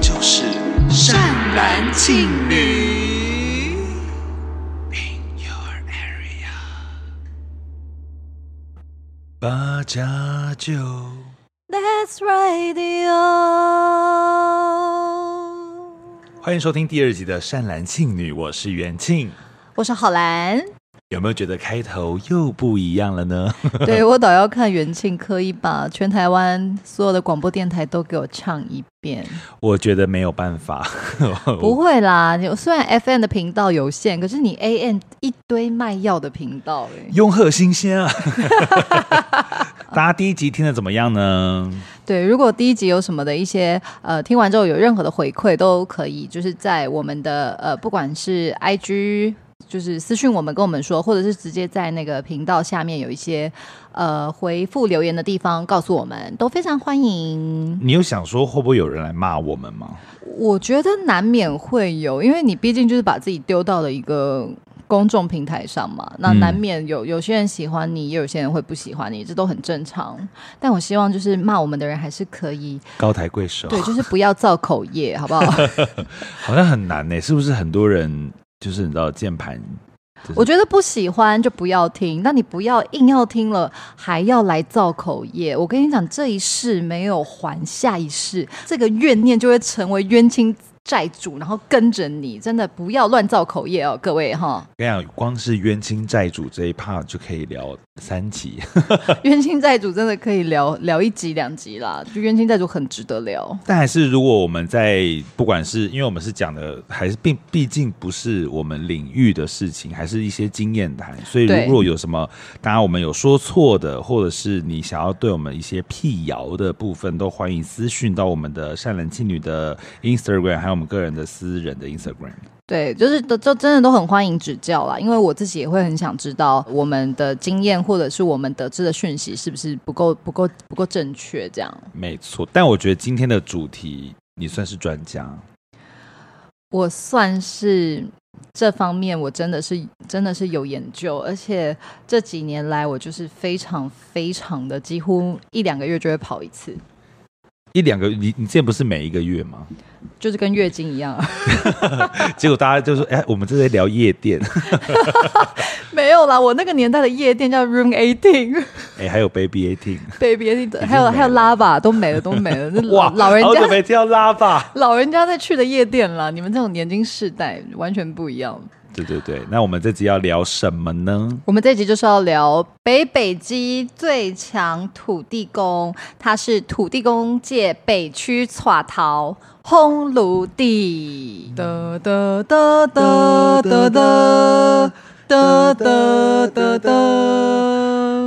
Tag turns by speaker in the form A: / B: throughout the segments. A: 就是善男信女。In your area，八加九
B: That's radio。
A: 欢迎收听第二集的善男信女，我是元庆。
B: 我是好兰，
A: 有没有觉得开头又不一样了呢？
B: 对我倒要看元庆可以把全台湾所有的广播电台都给我唱一遍。
A: 我觉得没有办法， 哦
B: 不会啦，你虽然 FM 的频道有限，可是你 AM 一堆卖药的频道哎、
A: 雍和新鲜啊！大家第一集听的怎么样呢？
B: 对，如果第一集有什么的一些呃，听完之后有任何的回馈，都可以就是在我们的呃，不管是 IG。就是私讯我们，跟我们说，或者是直接在那个频道下面有一些呃回复留言的地方告诉我们，都非常欢迎。
A: 你有想说会不会有人来骂我们吗？
B: 我觉得难免会有，因为你毕竟就是把自己丢到了一个公众平台上嘛，那
A: 嗯
B: 难免有有些人喜欢你，也有些人会不喜欢你，这都很正常。但我希望就是骂我们的人还是可以，
A: 高抬贵手，
B: 对，就是不要造口业，好不好？
A: 好像很难呢、是不是很多人就是你知道键盘？就是
B: 我觉得不喜欢就不要听，那你不要硬要听了，还要来造口业。我跟你讲，这一世没有还下一世，这个怨念就会成为冤亲债主，然后跟着你。真的不要乱造口业哦，各位哈！
A: 跟你讲，光是冤亲债主这一 part 就可以聊三集。
B: 冤亲债主真的可以聊聊一集两集啦，就冤亲债主很值得聊。
A: 但还是，如果我们在不管是因为我们是讲的，还是并毕竟不是我们领域的事情，还是一些经验谈，所以
B: 对
A: 如果有什么，当然我们有说错的，或者是你想要对我们一些辟谣的部分，都欢迎私讯到我们的善男信女的 Instagram，还有我们个人的私人的 Instagram。
B: 对，就是都就真的都很欢迎指教啦，因为我自己也会很想知道我们的经验或者是我们得知的讯息是不是不够不够不够正确这样。
A: 没错，但我觉得今天的主题，你算是专家。
B: 我算是这方面，我真的是真的是有研究，而且这几年来，我就是非常非常的，几乎一两个月就会跑一次，
A: 一两个，你你之前不是每一个月吗？
B: 就是跟月经一样。啊
A: 结果大家就说：“哎、我们这在聊夜店，
B: 没有啦，我那个年代的夜店叫 Room Eighteen
A: 哎、还有 Baby Eighteen。”
B: Baby Eighteen，还
A: 没
B: 有
A: 了
B: 还有 Lava 都没了，都没 了。那
A: 哇
B: 老，老人
A: 好久
B: 家
A: 没听到拉吧？
B: 老人家在去的夜店啦，你们这种年轻世代完全不一样。
A: 对对对，那我们这集要聊什么呢？
B: 我们这集就是要聊北北基最强土地公，他是土地公界北区耍桃烘炉地。哒哒哒哒哒哒哒哒哒哒。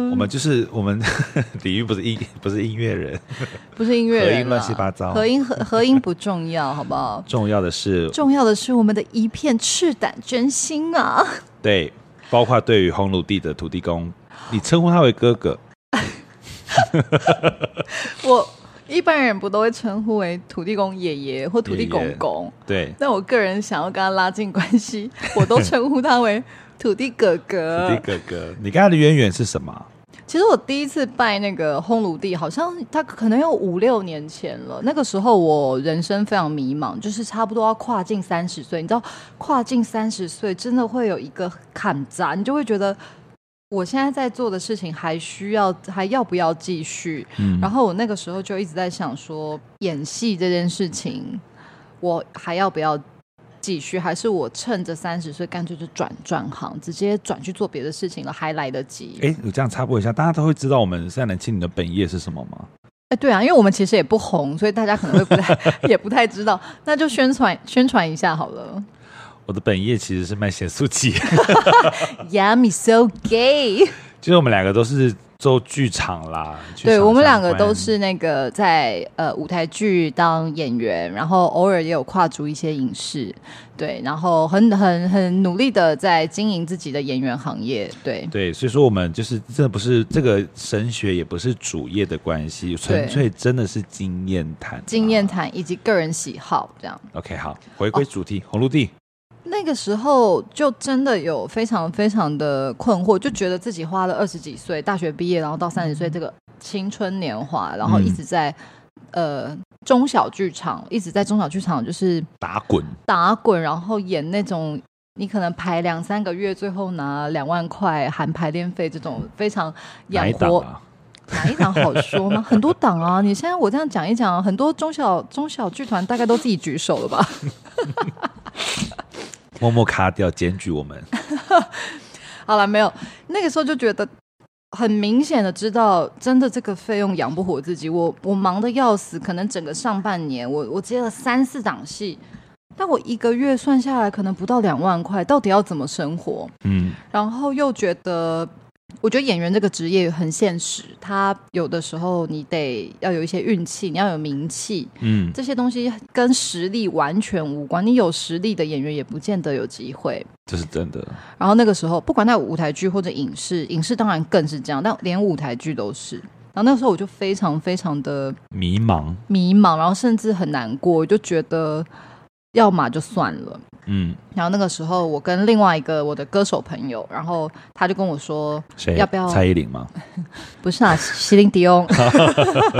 A: 我们就是我们 李玉不是音不是音乐人，
B: 不是音乐人啊
A: 合音乱七八糟
B: 合音合合音不重要，好不好？
A: 重要的是
B: 重要的是我们的一片赤胆真心啊！
A: 对，包括对于红炉地的土地公，你称呼他为哥哥，
B: 我一般人不都会称呼为土地公爷爷或土地公公。
A: 对，
B: 但我个人想要跟他拉近关系，我都称呼他为土地
A: 土
B: 哥
A: 地
B: 哥。
A: 哥哥。你跟他的渊源是什么？
B: 其实我第一次拜那个烘炉地，好像他可能有五六年前了。那个时候我人生非常迷茫，就是差不多要跨进三十岁。你知道，跨进三十岁真的会有一个坎砸，你就会觉得。我现在在做的事情还需要还要不要继续？
A: 嗯
B: 然后我那个时候就一直在想说，演戏这件事情，我还要不要继续？还是我趁着三十岁干脆就转转行，直接转去做别的事情了，还来得及？哎、
A: 哎，我这样插播一下，大家都会知道我们善男信女的本业是什么吗？
B: 对啊，因为我们其实也不红，所以大家可能会不太 也不太知道，那就宣传宣传一下好了。
A: 我的本业其实是卖咸酥鸡，
B: Yummy so gay，
A: 就是我们两个都是做剧场啦，剧
B: 对
A: 场
B: 我们两个
A: 相关
B: 都是那个在呃舞台剧当演员，然后偶尔也有跨足一些影视，对，然后很很很努力的在经营自己的演员行业，对。
A: 对，所以说我们就是真的不是这个神学，也不是主业的关系，纯粹真的是经验谈啊、
B: 经验谈以及个人喜好这样。
A: OK，好，回归主题，红陆地。
B: 那个时候就真的有非常非常的困惑，就觉得自己花了二十几岁，大学毕业，然后到三十岁这个青春年华，然后一直在、呃中小剧场，一直在呃中小剧场就是
A: 打滚，
B: 打滚，然后演那种你可能排两三个月，最后拿两万块含排练费这种非常
A: 哪
B: 养
A: 一档
B: 活。
A: 啊？
B: 哪一档好说吗？很多档啊！你现在我这样讲一讲，很多中小中小剧团大概都自己举手了吧？
A: 默默卡掉检举我 们，
B: 好了，没有，那个时候就觉得很明显的知道，真的这个费用养不活自己。我我忙得要死，可能整个上半年我我接了三四档戏，但我一个月算下来可能不到两万块，到底要怎么生活？
A: 嗯，
B: 然后又觉得，我觉得演员这个职业很现实，他有的时候你得要有一些运气，你要有名气，
A: 嗯，
B: 这些东西跟实力完全无关。你有实力的演员也不见得有机会。
A: 这是真的。
B: 然后那个时候，不管在舞台剧或者影视，影视当然更是这样，但连舞台剧都是。然后那个时候我就非常非常的
A: 迷茫，
B: 迷茫，然后甚至很难过，我就觉得要么就算了。
A: 嗯，
B: 然后那个时候，我跟另外一个我的歌手朋友，然后他就跟我说，
A: 谁
B: 要不要
A: 蔡依林吗？
B: 不是啊，席琳迪翁，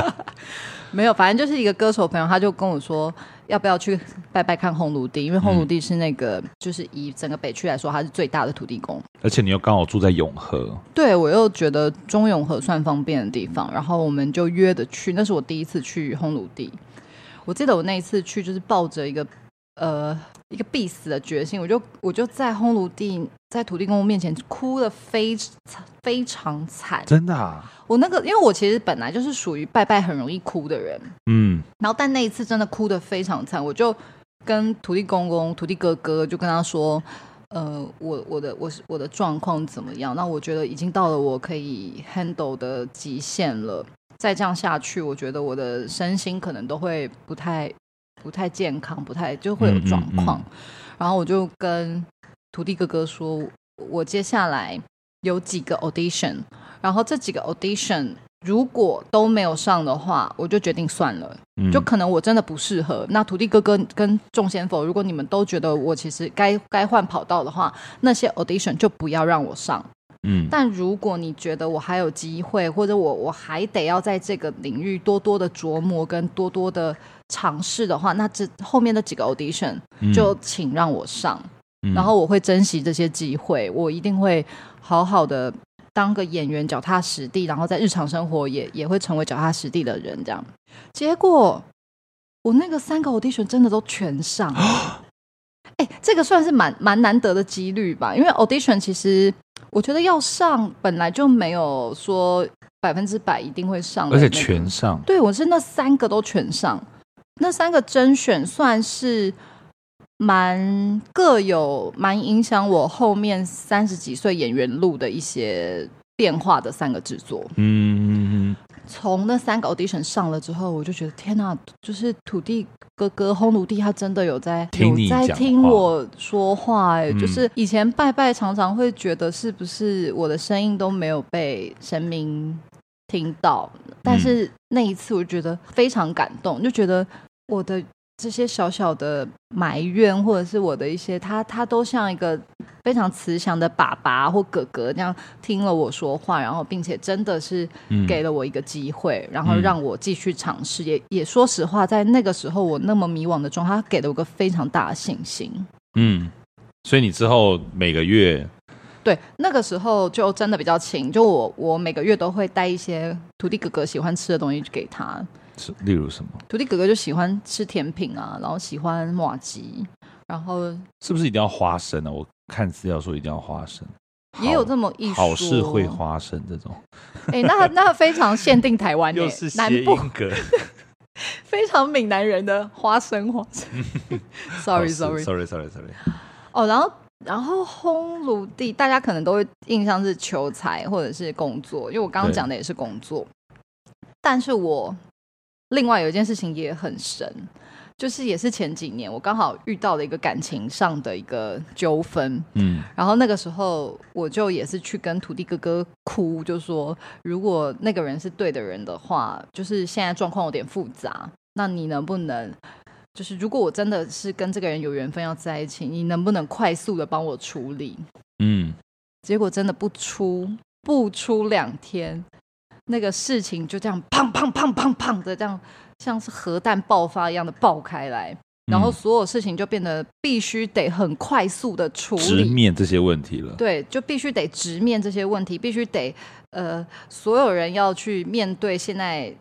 B: 没有，反正就是一个歌手朋友，他就跟我说，要不要去拜拜看烘炉地，因为烘炉地是那个、就是以整个北区来说，它是最大的土地公。
A: 而且你又刚好住在永和，
B: 对我又觉得中永和算方便的地方，然后我们就约着去，那是我第一次去烘炉地。我记得我那一次去就是抱着一个呃一个必死的决心，我就我就在烘炉地在土地公面前哭的非非常惨。
A: 真的、啊，
B: 我那个因为我其实本来就是属于拜拜很容易哭的人，
A: 嗯，
B: 然后但那一次真的哭得非常惨，我就跟土地公公、土地哥哥就跟他说，呃，我我的我是我的状况怎么样？那我觉得已经到了我可以 handle 的极限了，再这样下去，我觉得我的身心可能都会不太不太健康，不太就会有状况。
A: 嗯
B: 然后我就跟土地哥哥说，我接下来有几个 audition，然后这几个 audition 如果都没有上的话，我就决定算了。
A: 嗯
B: 就可能我真的不适合。那土地哥哥跟众仙佛，如果你们都觉得我其实该该换跑道的话，那些 audition 就不要让我上。
A: 嗯，
B: 但如果你觉得我还有机会，或者我我还得要在这个领域多多的琢磨跟多多的尝试的话，那这后面的几个 audition
A: 嗯
B: 就请让我上。
A: 嗯
B: 然后我会珍惜这些机会，我一定会好好的当个演员，脚踏实地，然后在日常生活也也会成为脚踏实地的人。这样，结果我那个三个 audition 真的都全 上了，哎、这个算是蛮蛮难得的几率吧，因为 audition 其实我觉得要上本来就没有说百分之百一定会上的
A: 而
B: 那个、
A: 且全上，
B: 对，我是那三个都全上，那三个甄选算是蛮各有蛮影响我后面三十几岁演员路的一些变化的三个制作。
A: 嗯，
B: 从那三个 audition 上了之后，我就觉得天呐，就是土地哥哥烘炉地，他真的有在
A: 听你
B: 有在
A: 讲
B: 听
A: 话
B: 我说话、哎、
A: 嗯
B: 就是以前拜拜常常会觉得是不是我的声音都没有被神明听到，但
A: 嗯
B: 是那一次我觉得非常感动，就觉得我的。这些小小的埋怨，或者是我的一些，他他都像一个非常慈祥的爸爸或哥哥那样听了我说话，然后并且真的是
A: 嗯
B: 给了我一个机会，然后
A: 嗯
B: 让我继续尝试。也也说实话，在那个时候我那么迷惘的状态，他给了我个非常大的信心。
A: 嗯，所以你之后每个月，
B: 对，那个时候就真的比较勤，就我我每个月都会带一些土地哥哥喜欢吃的东西给他。
A: 是例如什么，
B: 土地哥哥就喜欢吃甜品啊，然后喜欢马吉，然后
A: 是不是一定要花生呢、啊？我看资料说一定要花生，
B: 也有
A: 好
B: 这么一说。
A: 好事会花生这种，
B: 哎、那那非常限定台 湾、欸，南部
A: 梗
B: 非常闽南人的花生 花 生。Sorry Sorry，
A: sorry sorry sorry，
B: 哦，然后然后烘炉地，大家可能都会印象是求财或者是工作，因为我刚刚
A: 对
B: 讲的也是工作。但是我另外有一件事情也很神，就是也是前几年我刚好遇到了一个感情上的一个纠纷，
A: 嗯，
B: 然后那个时候我就也是去跟土地哥哥哭，就说如果那个人是对的人的话，就是现在状况有点复杂，那你能不能？就是如果我真的是跟这个人有缘分要在一起，你能不能快速的帮我处理？
A: 嗯，
B: 结果真的不出不出两天，那个事情就这样砰砰砰砰砰的这样像是核弹爆发一样的爆开来，然
A: 嗯
B: 后所有事情就变得必须得很快速的处
A: 直
B: 理。
A: 面这些问题了。
B: 对，就必须得直面这些问题，必须得呃，所有人要去面对现在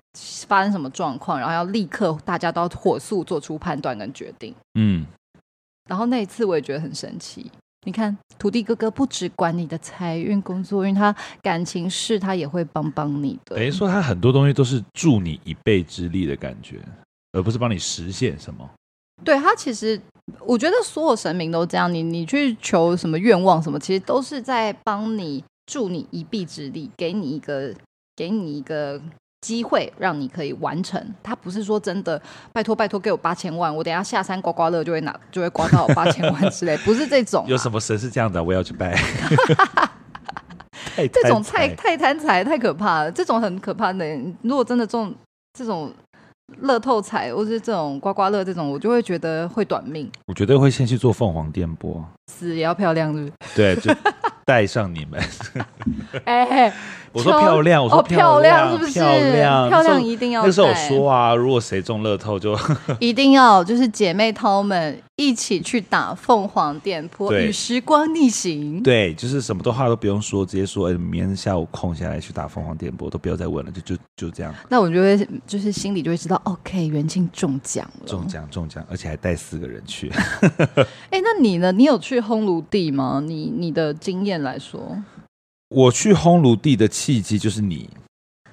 B: 发生什么状况，然后要立刻大家都要火速做出判断跟决定。
A: 嗯，
B: 然后那一次我也觉得很神奇。你看，土地哥哥不只管你的财运、工作运，他感情事他也会帮帮你的。
A: 等于说他很多东西都是助你一臂之力的感觉，而不是帮你实现什么。
B: 对他其实，我觉得所有神明都这样。你你去求什么愿望什么，其实都是在帮你助你一臂之力，给你一个给你一个机会，让你可以完成。他不是说真的，拜托拜托给我八千万，我等一下下山刮刮乐就会拿就会刮到我八千万之类，不是这种啊、
A: 有什么神是这样的？我要去 拜。 太
B: 这
A: 贪
B: 种
A: 财
B: 太太贪财太可怕了，这种很可怕的。如果真的中这种乐透彩或是这种刮刮乐这种，我就会觉得会短命，
A: 我绝对会先去做凤凰电波，
B: 死也要漂亮，是不是？
A: 对，就带上你们。
B: 哎、
A: 我说漂亮，我说
B: 哦漂
A: 亮，
B: 是不是？
A: 漂亮，
B: 漂
A: 那时候
B: 亮一定要
A: 那时候我
B: 戴
A: 说啊，如果谁中乐透就
B: 一定要就是姐妹淘们一起去打凤凰电波，
A: 对
B: 与时光逆行。
A: 对，就是什么的话都不用说，直接说，哎，明天下午空下来去打凤凰电波，都不要再问了，就就就这样，
B: 那我就会就是心里就会知道，OK，元庆中奖了。
A: 中奖中奖，而且还带四个人去。
B: 哎、那你呢？你有去烘炉地吗？你你的经验来说，
A: 我去烘炉地的契机就是你，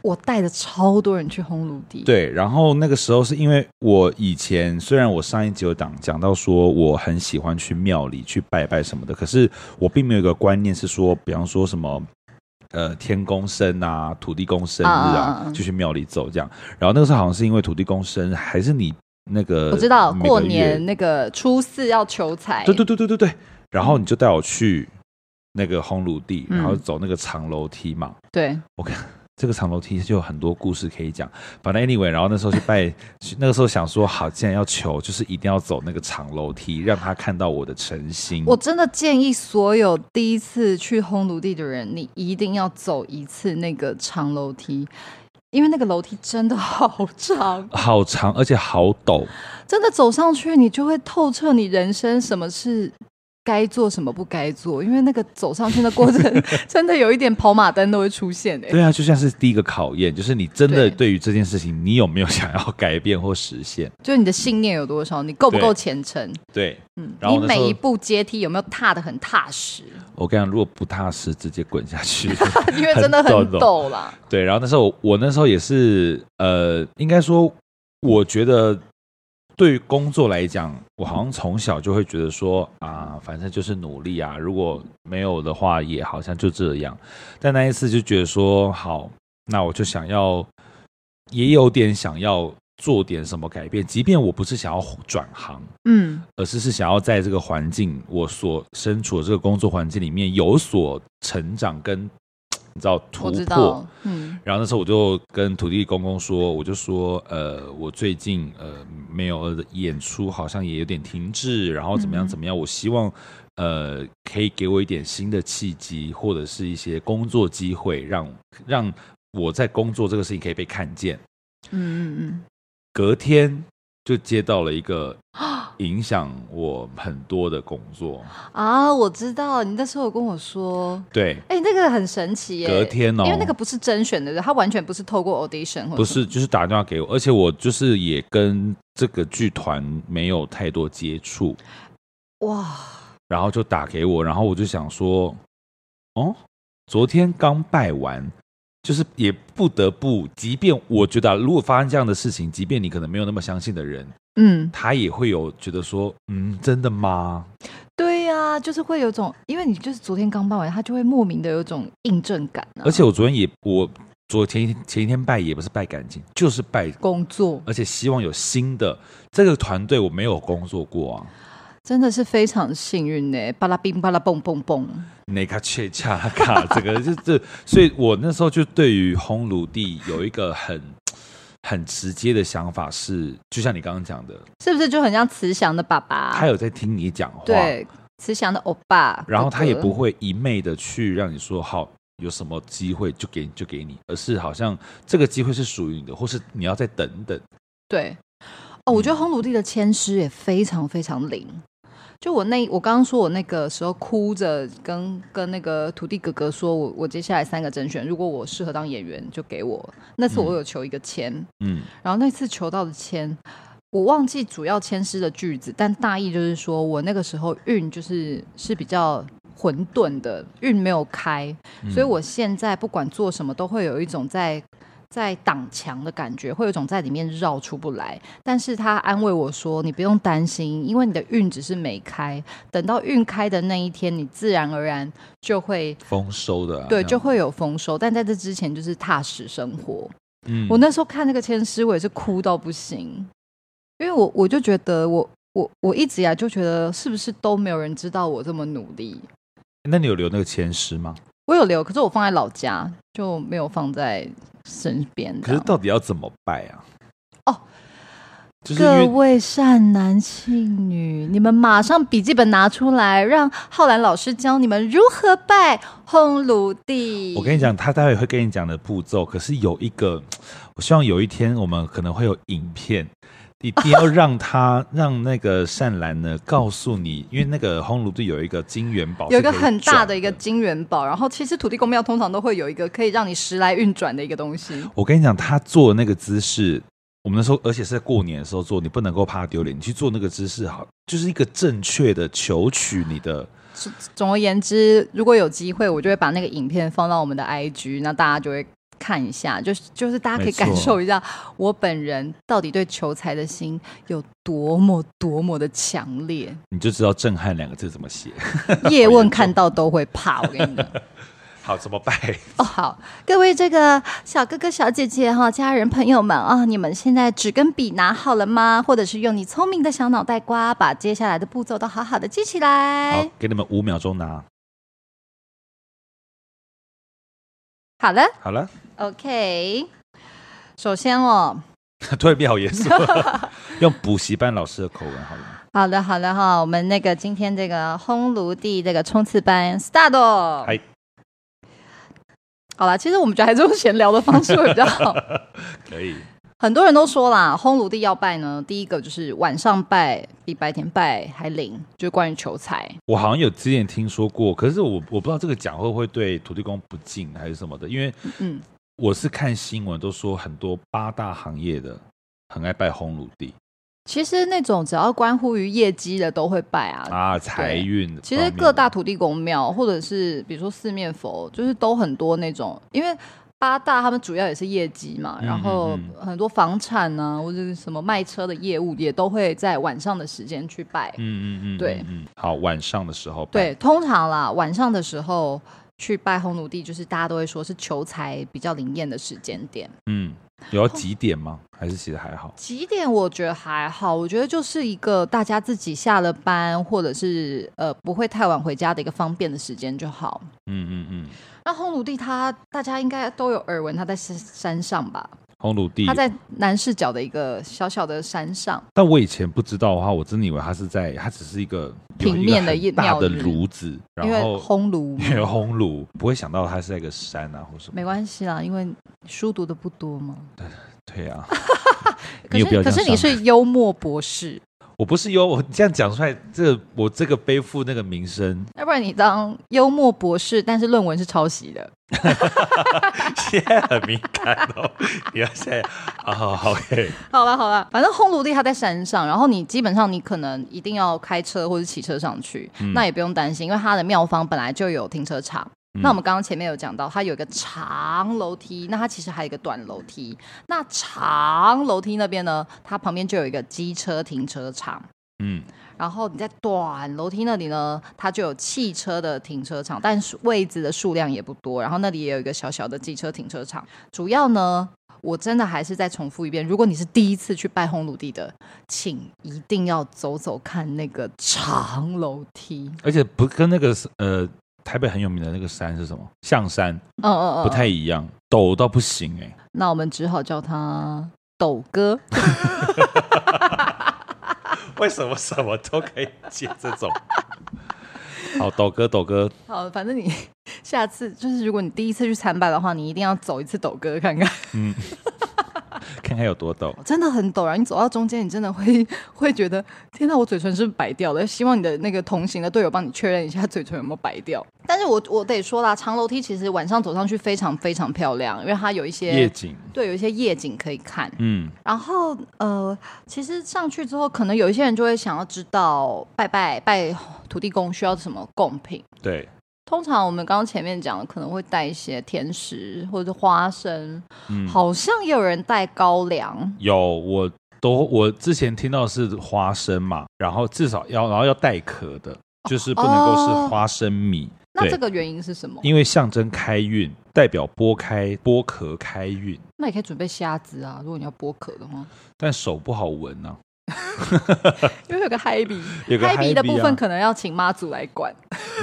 B: 我带着超多人去烘炉地。，
A: 对，然后那个时候是因为我以前虽然我上一集有讲讲到说我很喜欢去庙里去拜拜什么的，可是我并没有一个观念是说，比方说什么。呃，天公生啊，土地公生日
B: 啊啊
A: 啊
B: 啊，
A: 就去庙里走这样。然后那个时候好像是因为土地公生日，还是你那个
B: 我知道
A: 呃每个
B: 过
A: 月
B: 年那个初四要求财。
A: 对对对对对对。然后你就带我去那个烘炉地，
B: 嗯
A: 然后走那个长楼梯嘛。
B: 对
A: 这个长楼梯就有很多故事可以讲。反正 anyway，然后那时候去拜，去那个时候想说，好，既然要求，就是一定要走那个长楼梯，让他看到我的诚心。
B: 我真的建议所有第一次去烘炉地的人，你一定要走一次那个长楼梯，因为那个楼梯真的好 长，
A: 好长，而且好陡。
B: 真的走上去你就会透彻你人生什么是。该做什么不该做，因为那个走上去的过程， 真的有一点跑马灯都会出现哎、
A: 对啊，就像是第一个考验，就是你真的
B: 对
A: 对于这件事情，你有没有想要改变或实现？
B: 就是你的信念有多少，你够不
A: 对
B: 够虔诚，
A: 对，
B: 嗯，
A: 然后
B: 你
A: 那时候
B: 每一步阶梯有没有踏得很踏实？
A: 我跟你讲，如果不踏实，直接滚下去。
B: 因为真的很
A: 很陡
B: 陡啦。
A: 对，然后那时候我我那时候也是呃，应该说，我觉得对于工作来讲，我好像从小就会觉得说啊，反正就是努力啊，如果没有的话，也好像就这样。但那一次就觉得说，好，那我就想要，也有点想要做点什么改变，即便我不是想要转行，
B: 嗯，
A: 而是是想要在这个环境，我所身处的这个工作环境里面有所成长跟。你知道突
B: 我知
A: 破
B: 道，，嗯，
A: 然后那时候我就跟土地公公说，我就说，呃，我最近呃没有演出，好像也有点停滞，然后怎么样
B: 嗯
A: 怎么样，我希望呃可以给我一点新的契机，或者是一些工作机会，让让我在工作这个事情可以被看见。
B: 嗯嗯
A: 隔天就接到了一个影响我很多的工作，
B: 嗯啊，我知道，你那时候有跟我说，
A: 对，
B: 哎、那个很神奇耶、
A: 隔天哦，
B: 因为那个不是甄选的，他完全不是透过 audition，或者
A: 不
B: 什
A: 是，
B: 么
A: 就是打电话给我，而且我就是也跟这个剧团没有太多接触，
B: 哇，
A: 然后就打给我，然后我就想说，哦，昨天刚拜完，就是也不得不，即便我觉得啊、如果发生这样的事情，即便你可能没有那么相信的人，
B: 嗯，
A: 他也会有觉得说，嗯，真的吗？
B: 对呀、就是会有种，因为你就是昨天刚办完，他就会莫名的有种印证感、啊，
A: 而且我昨天也，我昨前一前一天拜也不是拜感情，就是拜，
B: 工作
A: 而且希望有新的这个团队，我没有工作过啊。
B: 真的是非常幸运呢、巴拉冰巴拉蹦蹦蹦，
A: 内卡切恰拉卡，这个就这，所以我那时候就对于烘炉地有一个很很直接的想法是，就像你刚刚讲的，
B: 是不是就很像慈祥的爸爸？
A: 他有在听你讲话，
B: 啊对，慈祥的欧巴，
A: 然后
B: 哥
A: 他也
B: 哥
A: 不会一昧的去让你说好有什么机会就给就给你，而是好像这个机会是属于你的，或是你要再等等，
B: 对，哦，我觉得烘炉地的签诗也非常非常灵。就我那我刚刚说我那个时候哭着跟跟那个土地哥哥说我，我接下来三个甄选，如果我适合当演员就给我。那次我有求一个签，
A: 嗯
B: 然后那次求到的签，我忘记主要签诗的句子，但大意就是说我那个时候运就是是比较混沌的，运没有开，所以我现在不管做什么都会有一种在。在挡墙的感觉，会有一种在里面绕出不来。但是他安慰我说：“你不用担心，因为你的运只是没开，等到运开的那一天，你自然而然就会
A: 丰收的啊、
B: 对
A: 这样
B: 就会有丰收。但在这之前，就是踏实生活。
A: 嗯
B: 我那时候看那个签诗，我也是哭到不行，因为我我就觉得我我我一直以来就觉得是不是都没有人知道我这么努力。
A: 那你有留那个签诗吗？
B: 我有留，可是我放在老家，就没有放在身边
A: 可
B: 这
A: 是
B: 样。
A: 到底要怎么拜啊？
B: 哦，
A: 就是
B: 各
A: 因为
B: 位善男信女，你们马上笔记本拿出来，让浩然老师教你们如何拜烘炉地。
A: 我跟你，讲，他待会会跟你讲的步骤，可是有一个，我希望有一天我们可能会有影片。一 定要让他让那个善兰呢告诉你，因为那个烘炉地有一个金元宝，
B: 有一个很大的一个
A: 金。
B: 金元宝，然后其实土地公庙通常都会有一个可以让你时来运转的一个东西。
A: 我跟你讲，他做的那个姿势，我们那时候，而且是在过年的时候做，你不能够怕丢脸，你去做那个姿势，好，就是一个正确的求取你的。
B: 总而言之，如果有机会，我就会把那个影片放到我们的 IG，那大家就会看一下，就是就是大家可以
A: 没错
B: 感受一下我本人到底对求财的心有多么多么的强烈。
A: 你就知道“震撼”两个字怎么写。
B: 哎叶问看到都会怕，我跟你讲。
A: 好，怎么办？
B: 哦，好，各位这个小哥哥、小姐姐哈，家人朋友们啊、你们现在纸跟笔拿好了吗？或者是用你聪明的小脑袋瓜，把接下来的步骤都好好的记起来
A: 好。，给你们五秒钟拿。
B: 好了
A: 好了，
B: ，OK。首先哦，
A: 突然变好严肃，用补习班老师的口吻好了。
B: 好的，好的哈，我们那个今天这个烘炉地这个冲刺班 start。哦
A: 嗨
B: 好啦，其实我们觉得还是用闲聊的方式会比较好。
A: 可以，
B: 很多人都说啦，烘炉地要拜呢，第一个就是晚上拜比白天拜还灵，就是关于求财。
A: 我好像有之前听说过，可是我我不知道这个讲会不会对土地公不敬还是什么的，因为
B: 嗯，
A: 我是看新闻都说很多八大行业的很爱拜烘炉地
B: 其实那种只要关乎于业绩的都会拜啊。
A: 啊，财运。
B: 其实各大土地公庙或者是比如说四面佛，就是都很多那种，因为八大他们主要也是业绩嘛，
A: 嗯
B: 然后
A: 嗯
B: 很多房产啊或者是什么卖车的业务也都会在晚上的时间去拜。
A: 嗯嗯嗯，
B: 对
A: 嗯，嗯好，晚上的时候
B: 对，
A: 办，
B: 通常啦，晚上的时候去拜红炉地，就是大家都会说是求财比较灵验的时间点。
A: 嗯，有要几点吗？还是其实还好？
B: 几点我觉得还好，我觉得就是一个大家自己下了班，或者是呃不会太晚回家的一个方便的时间就好。
A: 嗯嗯嗯，
B: 那烘炉地它大家应该都有耳闻，它在山山上吧？
A: 烘炉地
B: 它。在南视角的一个小小的山上，
A: 但我以前不知道的话，我真的以为它是在，它只是一个有
B: 平面的
A: 一
B: 一
A: 个很大的
B: 庙宇
A: 炉子，然
B: 因为
A: 后
B: 烘炉 嘛
A: 因为烘炉，不会想到它是在一个山啊或什么。
B: 没关系啦，因为书读的不多嘛。
A: 对啊，
B: 可
A: 你有必
B: 是
A: 要
B: 可
A: 这
B: 是
A: 样
B: 你
A: 想
B: 是幽默博士，
A: 我不是哟，我这样讲出来，这我这个背负那个名声，
B: 要不然你当幽默博士，但是论文是抄袭的。
A: 现在很敏感哦。你要现在，啊好好，OK，
B: 好了好了，反正烘炉地它在山上，然后你基本上你可能一定要开车或者骑车上去，那也不用担心，因为它的庙方本来就有停车场。那我们刚刚前面有讲到，它有一个长楼梯，那它其实还有一个短楼梯。那长楼梯那边呢，它旁边就有一个机车停车场。
A: 嗯，
B: 然后你在短楼梯那里呢，它就有汽车的停车场，但是位置的数量也不多。然后那里也有一个小小的机车停车场。主要呢，我真的还是再重复一遍，如果你是第一次去拜烘炉地的，请一定要走走看那个长楼梯。
A: 而且不跟那个呃台北很有名的那个山是什么象山
B: 嗯嗯嗯，
A: 不太一样，陡到不行哎、
B: 那我们只好叫他斗哥。
A: 为什么什么都可以接这种？ 好，抖哥，抖哥，
B: 好，反正你 下次就是，如果你第一次去参拜的话，你一定要走一次斗哥看看。
A: 看看看有多抖。
B: 真的很陡然，你走到中间，你真的会 会觉得，天呐，我嘴唇是不是白掉的。希望你的那个同行的队友帮你确认一下 嘴唇有没有白掉。但是我我得说啦，长楼梯其实晚上走上去非常非常漂亮，因为它有一
A: 夜
B: 些
A: 景，
B: 对有一些夜景可以看。
A: 嗯，
B: 然后呃，其实上去之后，可能有一些人就会想要知道拜拜拜土地公需要什么贡品。
A: 对，
B: 通常我们刚刚前面讲的，可能会带一些甜食或者是花生，
A: 嗯，
B: 好像也有人带高粱。
A: 有我都我之前听到是花生嘛，然后至少要然后要带壳的，就是不能够
B: 哦
A: 是花生米。
B: 那
A: 对
B: 这个原因是什么？
A: 因为象征开运，代表剥开剥壳开运，
B: 那也可以准备虾子啊，如果你要剥壳的话，
A: 但手不好闻呢、
B: 因为有个嗨鼻，
A: 有个
B: 嗨
A: 嗨
B: 鼻的部分
A: 啊
B: 可能要请妈祖来管。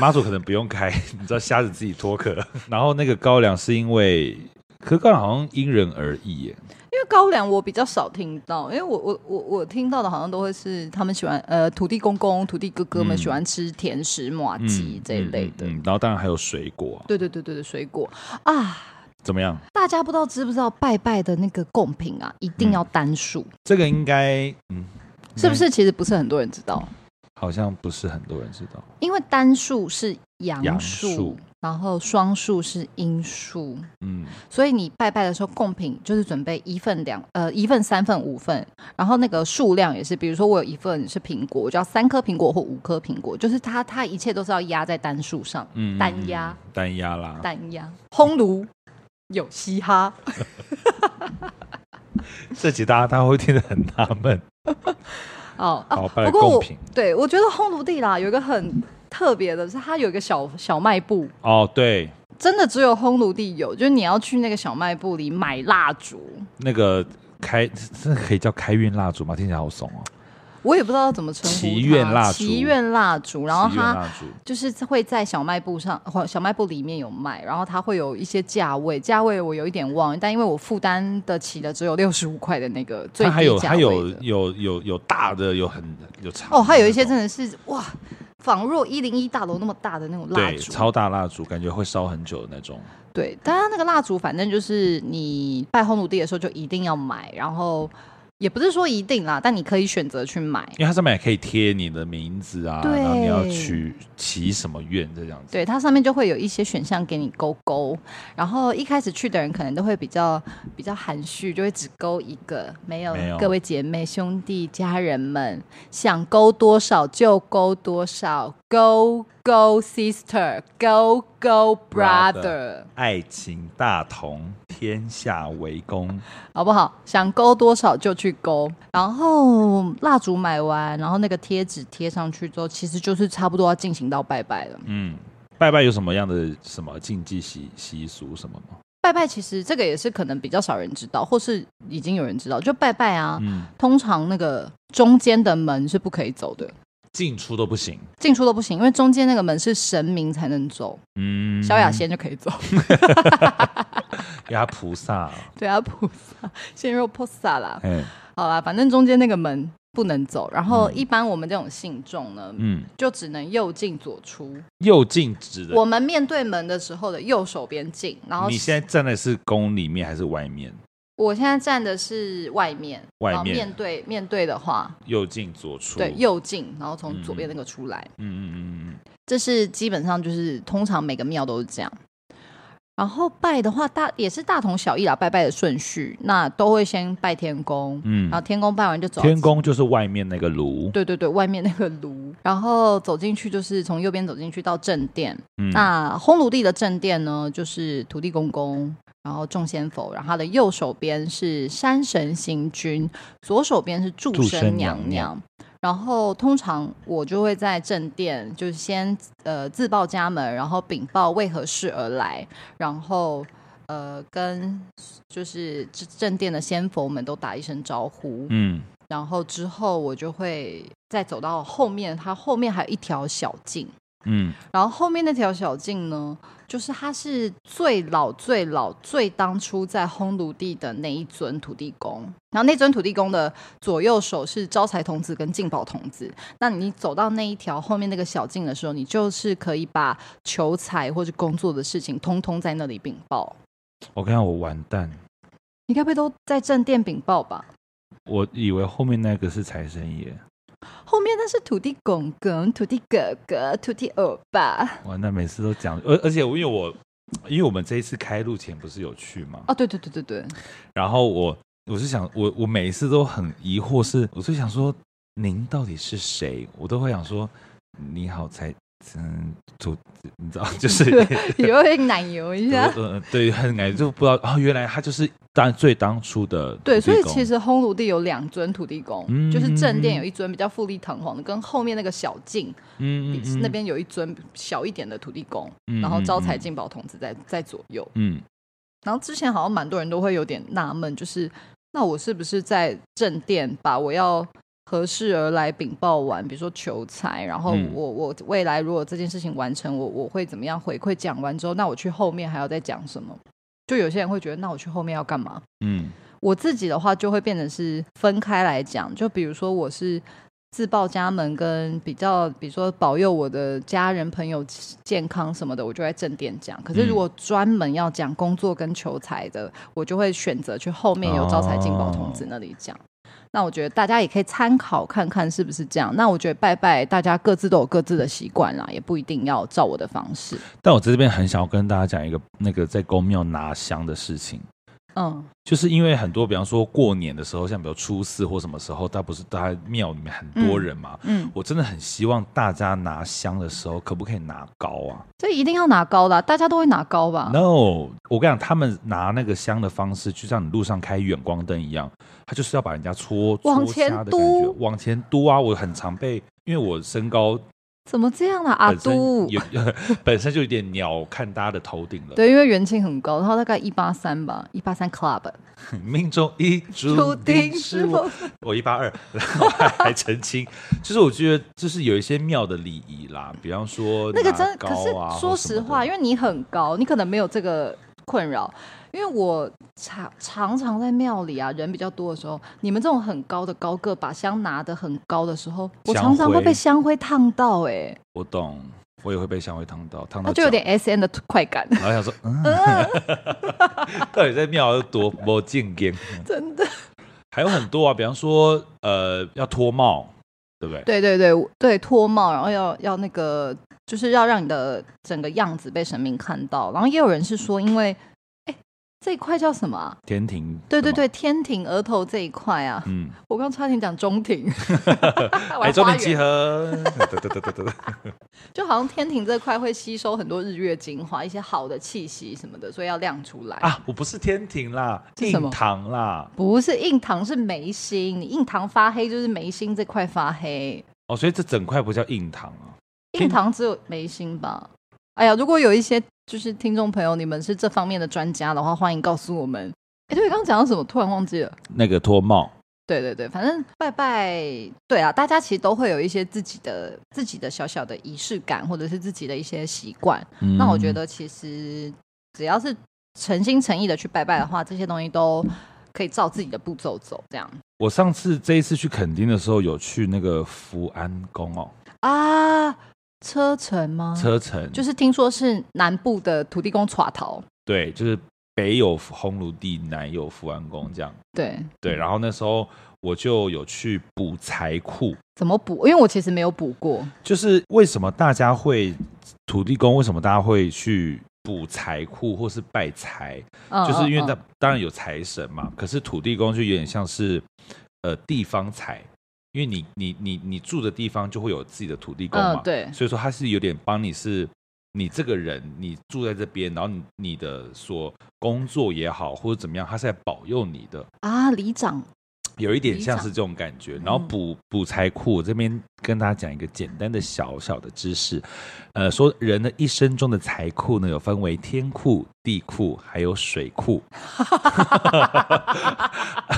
A: 妈祖可能不用开， 你知道虾子自己脱壳。然后那个高粱是因为，可是高粱好像因人而异耶。
B: 因为高粱我比较少听到，因为我我我我听到的好像都会是他们喜欢呃土地公公、土地哥哥们
A: 嗯
B: 喜欢吃甜食、马吉、这一类的。
A: 嗯嗯嗯然后当然还有水果啊，
B: 对对对对对，水果啊，
A: 怎么样？
B: 大家不知道知不知道拜拜的那个贡品啊，一定要单数。
A: 这个应该，嗯，
B: 是不？是其实不是很多人知道？
A: 好像不是很多人知道。
B: 因为单数是阳
A: 阳
B: 数，
A: 数
B: 然后双数是阴数，
A: 嗯，
B: 所以你拜拜的时候，贡品就是准备一份两呃一份三份五份，然后那个数量也是，比如说我有一份是苹果，我就要三颗苹果或五颗苹果，就是它它一切都是要压在单数上，
A: 嗯，
B: 单压
A: 嗯单压啦，
B: 单压烘炉。有嘻哈，
A: 这集大家大家会听得很纳闷。
B: 哦，啊
A: 好，拜
B: 不
A: 了
B: 过
A: 贡
B: 我
A: 品
B: 对我觉得烘炉地啦有一个很特别的是，它有一个小小卖部，
A: 哦，对，
B: 真的只有烘炉地有，就是你要去那个小卖部里买蜡烛，
A: 那个开，这可以叫开运蜡烛吗？听起来好怂哦。
B: 我也不知道怎么称呼它
A: 祈愿蜡烛
B: 祈愿蜡烛，然后
A: 祈愿
B: 它
A: 蜡烛，
B: 就是会在小卖部上或小卖部里面有卖，然后它会有一些价位，价位我有一点忘，但因为我负担得起的只有六十五块的那个最
A: 它还有
B: 低价
A: 它
B: 位
A: 有
B: 的。
A: 有有有大的，有很有长的
B: 哦，还有一些
A: 那种
B: 真的是哇，仿若一零一大楼那么大的那种蜡
A: 对
B: 烛，
A: 超大蜡烛，感觉会烧很久的那种。
B: 对，但它那个蜡烛，反正就是你拜烘炉地的时候就一定要买，然后也不是说一定啦，但你可以选择去买。
A: 因为它上面也可以贴你的名字啊，
B: 对
A: 然后你要去祈什么愿这样子。
B: 对，它上面就会有一些选项给你勾勾，然后一开始去的人可能都会比较比较含蓄，就会只勾一个，没有
A: 没有
B: 各位姐妹、兄弟、家人们，想勾多少就勾多少，勾勾 sister，勾
A: Brother
B: 勾 brother，
A: 爱情大同，天下为公。
B: 好不好？想勾多少就去勾，然后蜡烛买完，然后那个贴纸贴上去之后，其实就是差不多要进行到拜拜了。
A: 嗯，拜拜有什么样的什么禁忌习习俗什么吗？
B: 拜拜其实这个也是可能比较少人知道，或是已经有人知道，就拜拜啊。
A: 嗯，
B: 通常那个中间的门是不可以走的，
A: 进出都不行。
B: 进出都不行，因为中间那个门是神明才能走，
A: 嗯，
B: 萧亚，仙就可以 走。
A: 压菩萨。
B: 对啊，菩萨鲜肉菩萨啦。
A: 哎，
B: 好啦，反正中间那个门不能走。然后一般我们这种信众呢，
A: 嗯，
B: 就只能右进左出。
A: 右进指的。
B: 我们面对门的时候的右手边进，然后
A: 你现在站的是宫里面还是外面？
B: 我现在站的是外面，
A: 外
B: 然后
A: 面
B: 面对面对的话，
A: 右进左出。
B: 对右进，然后从左边那个出来。
A: 嗯嗯嗯嗯
B: 这是基本上就是通常每个庙都是这样。然后拜的话，大也是大同小异啦，拜拜的顺序，那都会先拜天公，
A: 嗯
B: 然后
A: 嗯。
B: 天公拜完就走。
A: 天，宫就是外面那个炉。
B: 对对对，外面那个炉，然后走进去就是从右边走进去到正殿。
A: 嗯，
B: 那烘炉地的正殿呢，就是土地公公，然后众仙佛，然后他的右手边是山神行君，左手边是祝
A: 祝
B: 生
A: 生
B: 娘
A: 娘
B: 娘。然后通常我就会在正殿，就是先呃自报家门，然后禀报为何事而来，然后呃跟就是正正殿的仙佛们都打一声招呼，
A: 嗯
B: 然后之后我就会再走到后面，它后面还有一条小径，
A: 嗯。
B: 然后后面那条小径呢，就是它是最老、最老、最当初在烘炉地的那一尊土地公。然后那尊土地公的左右手是招财童子跟进宝童子。那你走到那一条后面那个小径的时候，你就是可以把求财或者工作的事情，通通在那里禀报。
A: 我看我完蛋，
B: 你该不会都在正电禀报吧？
A: 我以为后面那个是财神爷，
B: 后面那是土地公公、土地哥哥、土地欧巴。
A: 哇，那每次都讲，而而且我因为我因为我们这一次开录前不是有去嘛，
B: 哦，对对对对对，
A: 然后我我是想，我我每一次都很疑惑是，我是想说您到底是谁？我都会想说你好财，嗯，主，你知道就是
B: 也会奶油一啊下。
A: 呃，对，很感就不知道哦，原来他就是当最当初的
B: 对，
A: 土地
B: 所以
A: 公
B: 其实烘炉地有两尊土地公，
A: 嗯
B: 就是正殿有一尊比较富丽堂皇的，跟后面那个小径、
A: 嗯嗯嗯
B: 那边有一尊小一点的土地公，
A: 嗯
B: 然后招财
A: 嗯
B: 进宝童子在在左右。
A: 嗯
B: 然后之前好像蛮多人都会有点纳闷，就是那我是不是在正殿把我要合适而来禀报完，比如说求财，然后我、
A: 嗯
B: 我未来如果这件事情完成，我我会怎么样回馈？讲完之后，那我去后面还要再讲什么？就有些人会觉得，那我去后面要干嘛？
A: 嗯
B: 我自己的话就会变成是分开来讲，就比如说我是自报家门，跟比较，比如说保佑我的家人朋友健康什么的，我就在正殿讲。可是如果
A: 嗯
B: 专门要讲工作跟求财的，我就会选择去后面有招财进宝
A: 哦
B: 童子那里讲。那我觉得大家也可以参考看看是不是这样。那我觉得拜拜，大家各自都有各自的习惯啦，也不一定要照我的方式。
A: 但我在这边很想要跟大家讲一个那个在公庙拿香的事情。
B: 嗯，
A: 就是因为很多，比方说过年的时候，像比如初四或什么时候，他不是大家庙里面很多人嘛，
B: 嗯嗯
A: 我真的很希望大家拿香的时候，可不可以拿高啊
B: 这一定要拿高啦，大家都会拿高吧？
A: ？No，我跟你讲，他们拿那个香的方式，就像你路上开远光灯一样，他就是要把人家戳
B: 往
A: 戳瞎
B: 前
A: 的感
B: 嘟
A: 觉，往前嘟啊！我很常被，因为我身高
B: 怎么这样啦、阿
A: 本身
B: 都，
A: 有、 本身就有点鸟看大家的头顶了，
B: 对，因为人气很高，然后大概一八三吧，一八三 club，
A: 命中已注定是我。我一八二， 然后还还澄清，就是我觉得就是有一些庙的礼仪啦，比方说
B: 那个
A: 拿
B: 真，
A: 高
B: 可是
A: 啊
B: 说实话，因
A: 为
B: 为你很高，你可能没有这个困扰。因为我常常常在庙里啊，人比较多的时候，你们这种很高的高个把香拿得很高的时候，我
A: 香
B: 常常会
A: 灰
B: 被香灰烫到、欸，
A: 我懂，我也会被香灰烫到，烫
B: 那
A: 到
B: 就有
A: 脚
B: 点 S N 的快感，
A: 然后想说，嗯，
B: 嗯
A: 到底在庙有多不敬业？
B: 真的。
A: 还有很多啊，比方说呃要脱帽，对不对？
B: 对对对对，脱帽，然后要要那个，就是要让你的整个样子被神明看到。然后也有人是说，因为哎，这一块叫什么啊、
A: 天庭，
B: 对对
A: 是吗，
B: 对，天庭额头这一块啊，
A: 嗯，
B: 我刚差点讲中庭，我
A: 哎，
B: 要
A: 中
B: 哦花
A: 年集
B: 园，
A: 合，对对对对对 对，
B: 就好像天庭这块会吸收很多日月精华、一些好的气息什么的，所以要亮出来。
A: 啊，我不是天庭啦，
B: 是什么
A: 印堂啦，
B: 不是印堂是眉心，你印堂发黑就是眉心这块发黑，
A: 哦，所以这整块不叫印堂啊，
B: 印堂只有眉心吧？哎呀，如果有一些就是听众朋友，你们是这方面的专家的话，欢迎告诉我们。哎，对，刚刚讲到什么？突然忘记了。
A: 那个脱帽，
B: 对对对，反正拜拜，对啊，大家其实都会有一些自己的自己的小小的仪式感，或者是自己的一些习惯。那我觉
A: 得。
B: 得其实只要是诚心诚意的去拜拜的话，这些东西都可以照自己的步骤走，这样
A: 我上次这一次去垦丁的时候，有去那个福安宫哦，
B: 啊。车程吗？
A: 车城
B: 嗯就是听说是南部的土地公耍逃，
A: 对，就是北有烘炉地，南有福安宫这样。
B: 对，
A: 对，然后那时候我就有去补财库，
B: 怎么补？因为我其实没有补过，
A: 就是为什么大家会土地公，为什么大家会去补财库或是拜财，
B: 嗯
A: 就是因为
B: 嗯
A: 他
B: 嗯
A: 当然有财神嘛，可是土地公就有点像是呃地方财。因为你你你你住的地方就会有自己的土地公嘛，
B: 嗯对
A: 所以说他是有点帮你是，你这个人你住在这边，然后你你的所工作也好或者怎么样，他是在保佑你的，
B: 啊，里长
A: 有一点
B: 理
A: 像
B: 想
A: 是这种感觉。然后
B: 嗯
A: 补补财库，我这边跟大家讲一个简单的小小的知识，呃，说人的一生中的财库呢，有分为天库、地库还有水库。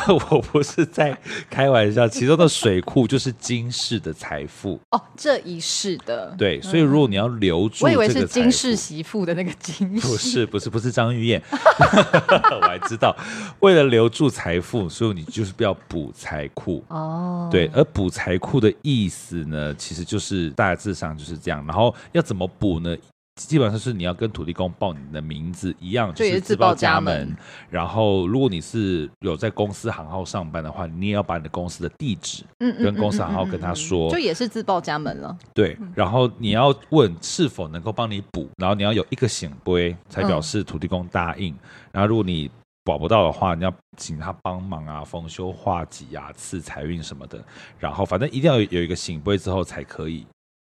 A: 我不是在开玩笑，其中的水库就是今世的财富。
B: 哦，这一世的，
A: 对，所以如果你要留住
B: 嗯我以
A: 这个
B: 为
A: 财富，
B: 是金氏媳妇的那个金
A: 不
B: 氏，
A: 是不是不是张玉燕， 我还知道，为了留住财富，所以你就是不要补财库。
B: 哦，
A: 对，而补财库的意思呢，其实就是大致上就是这样。然后要怎么补呢？基本上是你要跟土地公报你的名字一样，
B: 就是也
A: 自
B: 自
A: 报
B: 报
A: 家
B: 家
A: 门。
B: 门
A: 然后，如果你是有在公司行号上班的话，你也要把你的公司的地址
B: 嗯
A: 跟公司行号跟他说
B: 就也是自报家门了。
A: 对，然后你要问是否能够帮你补，然后你要有一个醒杯
B: 嗯
A: 才表示土地公答应。然后如果你保不到的话，你要请他帮忙啊，逢修化忌啊，赐财运什么的。然后反正一定要有有一个醒杯之后才可以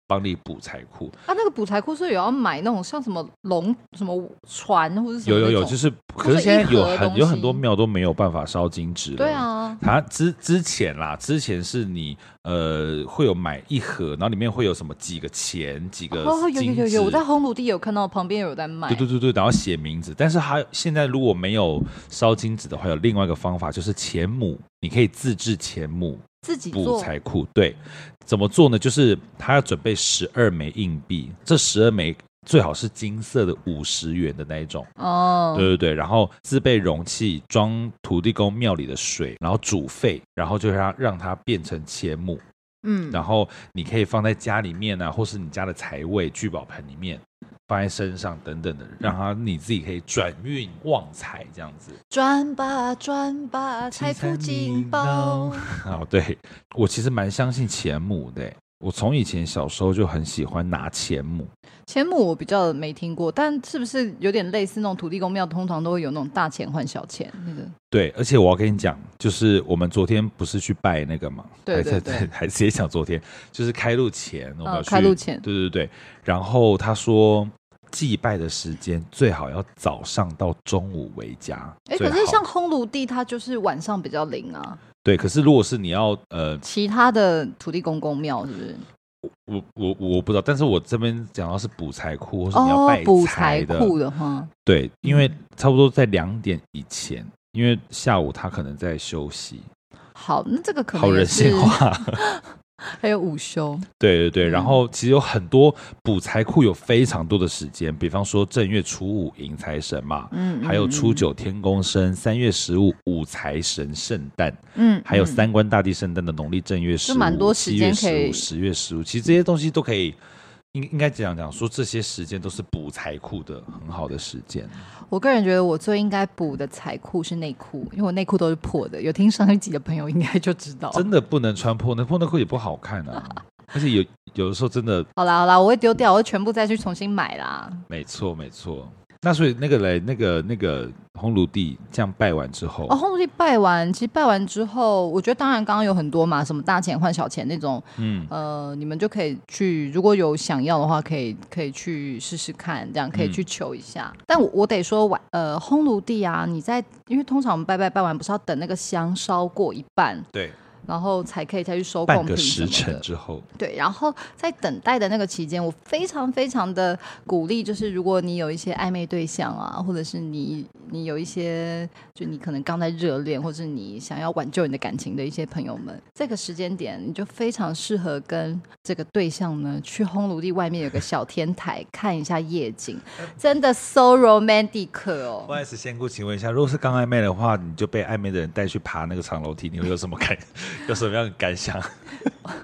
A: 帮你补财库。
B: 啊，那个补财库是有要买那种像什么龙、什么船或者是什
A: 有
B: 么
A: 有
B: 那
A: 有，
B: 种
A: 就是
B: 或
A: 可是
B: 是
A: 现
B: 一
A: 在有
B: 盒
A: 很
B: 东
A: 有很
B: 西
A: 多庙都没有办法烧金纸了。
B: 对啊，
A: 它之之前啦，之前是你呃会有买一盒，然后里面会有什么几个钱、几个
B: 哦，有有
A: 金
B: 有有，我
A: 纸
B: 在红土地有看到旁边有在卖，
A: 对对对对，然后写名字。但是它现在如果没有烧金纸的话，有另外一个方法，就是钱母，你可以自制钱母
B: 自己
A: 补
B: 做
A: 财库。对，怎么做呢？就是他要准备十二枚硬币，这十二枚最好是金色的五十元的那一种。
B: 哦，
A: 对对对，然后自备容器装土地公庙里的水，然后煮沸，然后就让让它变成钱母，
B: 嗯，
A: 然后你可以放在家里面啊，或是你家的财位、聚宝盆里面，放在身上等等的，让它你自己可以转运旺财这样子。
B: 转吧转吧，财富进宝。
A: 哦，对我其实蛮相信钱母的欸，我从以前小时候就很喜欢拿钱母，
B: 钱母我比较没听过，但是不是有点类似那种土地公庙，通常都会有那种大钱换小钱那个？
A: 对，而且我要跟你讲，就是我们昨天不是去拜那个嘛，
B: 对对
A: 还在
B: 对
A: 还直接讲昨天，就是开路前我们要
B: 嗯
A: 去、
B: 开路前
A: 对对对。然后他说，祭拜的时间最好要早上到中午为佳。
B: 哎、
A: 最
B: 可是
A: 好
B: 像烘炉地，它就是晚上比较灵啊。
A: 对，可是如果是你要呃，
B: 其他的土地公公庙是不是？
A: 我我我不知道，但是我这边讲到是补财库，或是你要
B: 哦
A: 拜，
B: 补
A: 财
B: 财
A: 的，
B: 库的嗯话，
A: 对，因为差不多在两点以前，因为下午他可能在休息，
B: 好，那这个可
A: 好
B: 能也
A: 人性
B: 是
A: 化。
B: 还有午休，
A: 对对对，
B: 嗯
A: 然后其实有很多补财库有非常多的时间，比方说正月初五迎财神嘛，
B: 嗯，嗯
A: 还有初，九天公生，三月十五五财神圣诞，
B: 嗯，嗯
A: 还有，三官大帝圣诞的农历正月十五，
B: 就蛮多
A: 七
B: 时
A: 月
B: 间
A: 十
B: 可以
A: 五、十月十五，其实这些东西都可以。应应该这样讲，说这些时间都是补财库的很好的时间。
B: 嗯我个人觉得我最应该补的财库是内裤，因为我内裤都是破的，有听上一集的朋友应该就知道。
A: 真的不能穿破内破内裤也不好看啊， 而且有有的时候真的
B: 好啦好啦，我会丢掉，我会全部再去重新买啦。
A: 没错，没错。那所以那个嘞，那个那个烘炉地这样拜完之后，
B: 哦，烘炉地拜完，其实拜完之后，我觉得当然刚刚有很多嘛，什么大钱换小钱那种，
A: 嗯，
B: 呃，你们就可以去，如果有想要的话，可以可以去试试看，这样可以
A: 嗯
B: 去求一下。但我我得说，晚呃，烘炉地啊，你在因为通常我们拜拜拜完不是要等那个香烧过一半，
A: 对，
B: 然后才可以再去收
A: 半
B: 贡
A: 个
B: 品什
A: 时
B: 么
A: 辰
B: 的。
A: 之后，
B: 对，然后在等待的那个期间，我非常非常的鼓励，就是如果你有一些暧昧对象啊，或者是你你有一些就你可能刚在热恋，或是你想要挽救你的感情的一些朋友们，这个时间点你就非常适合跟这个对象呢去烘炉地外面有个小天台看一下夜景，真的 so romantic
A: 不
B: 哦。
A: 好意思，仙姑，请问一下，如果是刚暧昧的话，你就被暧昧的人带去爬那个长楼梯，你会有什么感， 有什么样的感想？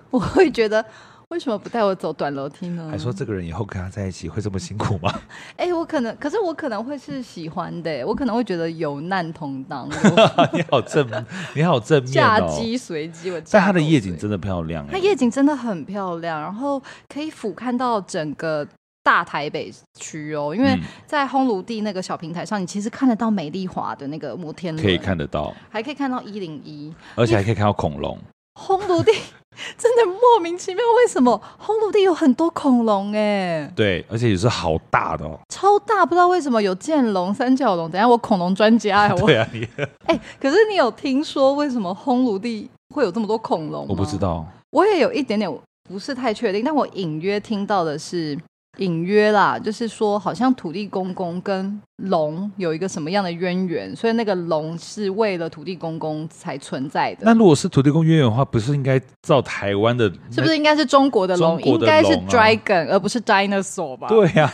B: 我会觉得为什么不带我走短楼梯呢？
A: 还说这个人以后跟他在一起会这么辛苦吗？
B: 哎、我可能，可是我可能会是喜欢的欸，我可能会觉得有难同 当，我
A: 你好正，你好正面
B: 嫁
A: 哦。
B: 鸡随鸡，我
A: 但
B: 嫁
A: 它的
B: 狗
A: 夜景
B: 随
A: 真的漂亮
B: 它
A: 哎、
B: 夜景真的很漂亮，然后可以俯瞰到整个大台北区哦，因为
A: 嗯
B: 在烘炉地那个小平台上，你其实看得到美丽华的那个摩天轮，
A: 可以，看得到，
B: 还可以看到一零一。
A: 而且还可以看到恐龙。
B: 烘炉地 真的莫名其妙，为什么烘炉地有很多恐龙哎？
A: 对，而且也是好大的哦。
B: 超大，不知道为什么有剑龙、三角龙。等一下我恐龙专家哎，我
A: 对啊，你
B: 哎、可是你有听说为什么烘炉地会有这么多恐龙？
A: 我不知，道，
B: 我也有一点点不是太确定，但我隐约听到的是隐约啦，就是说好像土地公公跟龙有一个什么样的渊源，所以那个龙是为了土地公公才存在的
A: 那。如果是土地公渊源的话，不是应该照台湾的那？
B: 是不是应该是中国的龙？
A: 中国
B: 应
A: 的
B: 该是
A: 龙啊
B: dragon，、而不是 dinosaur 吧？，
A: 对 呀、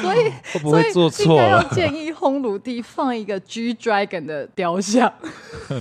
B: 所以
A: 会不会做
B: 所以应
A: 错
B: 该要
A: 了？
B: 建议烘炉地放一个 G dragon 的 雕像。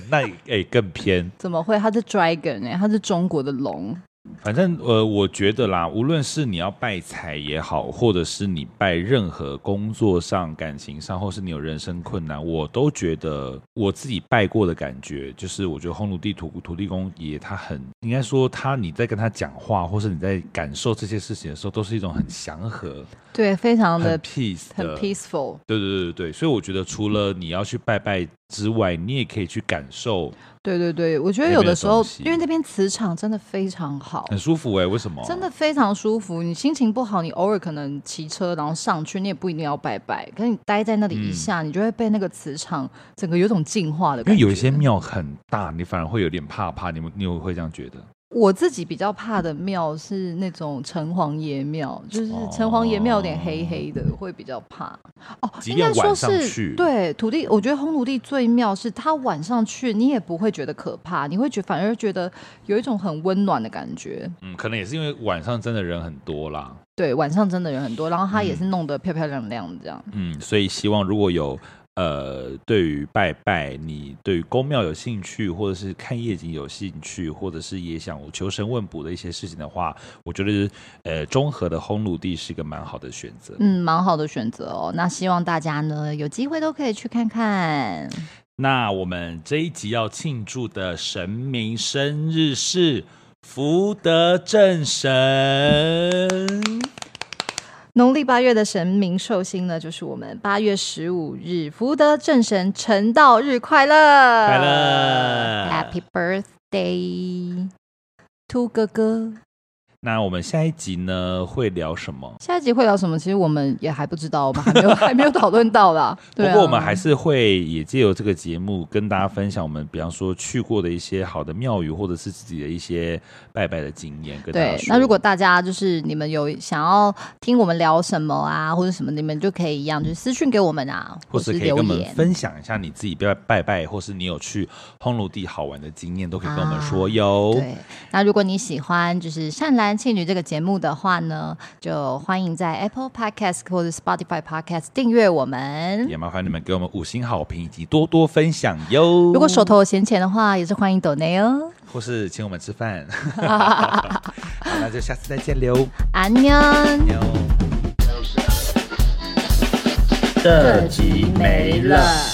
A: 那哎、更偏。
B: 怎么会？它是 dragon 欸哎、它是中国的龙。
A: 反正呃，我觉得啦，无论是你要拜财也好，或者是你拜任何工作上、感情上，或是你有人生困难，我都觉得我自己拜过的感觉，就是我觉得烘炉地土土地公爷他很应该说他你在跟他讲话，或是你在感受这些事情的时候，都是一种很祥和、
B: 对，非常
A: 很
B: 的
A: peace
B: 很
A: 的
B: peaceful。
A: 对对对对对，所以我觉得除了你要去拜拜之外，你也可以去感受，
B: 对对对，我觉
A: 那
B: 得
A: 边
B: 有
A: 的
B: 的时候
A: 东，西
B: 因为那边磁场真的非常好，
A: 很舒服哎、为什么？
B: 真的非常舒服。你心情不好，你偶尔可能骑车然后上去，你也不一定要拜拜，可是你待在那里
A: 嗯
B: 一下，你就会被那个磁场整个有种净化的
A: 因
B: 感
A: 为
B: 觉。
A: 有一些庙很大，你反而会有点怕怕，你们你会这样觉得？
B: 我自己比较怕的庙是那种城隍爷庙，就是
A: 哦
B: 城隍爷庙有点黑黑的，会比较怕。哦，
A: 即
B: 应
A: 便
B: 该说
A: 晚上
B: 是
A: 去
B: 对土地，我觉得红土地最妙是它晚上去，你也不会觉得可怕，你会觉反而觉得有一种很温暖的感觉。
A: 嗯，可能也是因为晚上真的人很多啦，
B: 对，晚上真的人很多，然后它也是弄得漂漂亮亮的这样。
A: 嗯，所以希望如果有呃对于拜拜，你对于宫庙有兴趣，或者是看夜景有兴趣，或者是也想求神问卜的一些事情的话，我觉得呃中和的烘炉地是一个蛮好的选择。
B: 嗯，蛮好的选择哦。那希望大家呢有机会都可以去看看。
A: 那我们这一集要庆祝的神明生日是福德正神。
B: 农历八月的神明寿星呢，就是我们八月十五日福德正神成道日快乐，快
A: 乐
B: ，Happy Birthday to 哥哥。
A: 那我们下一集呢会聊什么？
B: 下一集会聊什么？其实我们也还不知道，我们还 没有还没有讨论到啦。对、啊，
A: 不过我们还是会也借由这个节目跟大家分享我们，比方说去过的一些好的庙宇，或者是自己的一些拜拜的经验。跟大家
B: 对，
A: 说
B: 那如果大家就是你们有想要听我们聊什么啊，或者什么，你们就可以一样，就是私讯给我们啊，
A: 或
B: 是
A: 是可以跟
B: 留
A: 我们
B: 言。
A: 分享一下你自己拜拜拜，或是你有去烘炉地好玩的经验，都可以跟我们说哟。
B: 对，那如果你喜欢就是《善男信女》这个节目的话呢，就欢迎在 Apple Podcast 或者 Spotify Podcast 订阅我们。
A: 也麻烦你们给我们五星好评，以及多多分享哟。
B: 如果手头有闲钱的话，也是欢迎抖内哦。
A: 或是请我们吃 饭，好，那就下次再见喽。
B: 安妞。
A: 这集没了。